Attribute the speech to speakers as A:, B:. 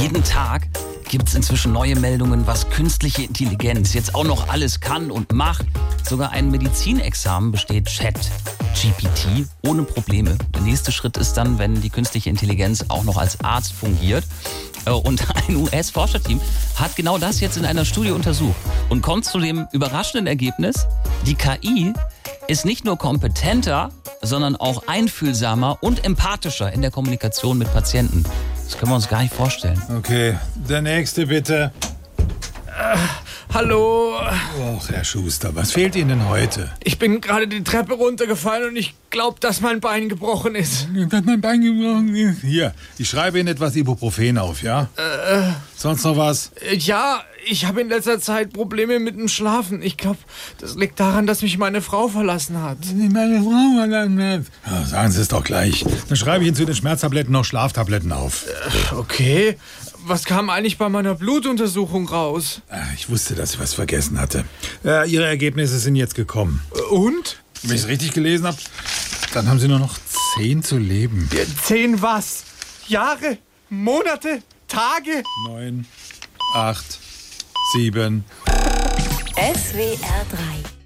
A: Jeden Tag gibt es inzwischen neue Meldungen, was künstliche Intelligenz jetzt auch noch alles kann und macht. Sogar ein Medizinexamen besteht Chat. GPT ohne Probleme. Der nächste Schritt ist dann, wenn die künstliche Intelligenz auch noch als Arzt fungiert. Äh, Und ein US-Forscherteam hat genau das jetzt in einer Studie untersucht und kommt zu dem überraschenden Ergebnis, die KI ist nicht nur kompetenter, sondern auch einfühlsamer und empathischer in der Kommunikation mit Patienten. Das können wir uns gar nicht vorstellen.
B: Okay, der nächste bitte.
C: Hallo,
B: Och, Herr Schuster, was fehlt Ihnen heute?
C: ich bin gerade die Treppe runtergefallen und ich glaube, dass mein Bein gebrochen ist.
B: Hat mein Bein gebrochen ist. Hier, ich schreibe Ihnen etwas Ibuprofen auf, ja? Sonst noch was?
C: Äh, Ja, ich habe in letzter Zeit Probleme mit dem Schlafen. Ich glaube, das liegt daran, dass mich meine Frau verlassen hat.
B: Meine Frau verlangt ja, Sagen Sie es doch gleich. Dann schreibe ich Ihnen zu den Schmerztabletten noch Schlaftabletten auf.
C: Okay, was kam eigentlich bei meiner Blutuntersuchung raus?
B: Ah, Ich wusste, dass ich was vergessen hatte. Äh, Ihre Ergebnisse sind jetzt gekommen.
C: Äh, Und?
B: Wenn ich es richtig gelesen habe, dann haben Sie nur noch zehn zu leben.
C: Ja, Äh, Zehn was? Jahre? Monate? Tage?
B: Neun, acht, sieben,
D: SWR 3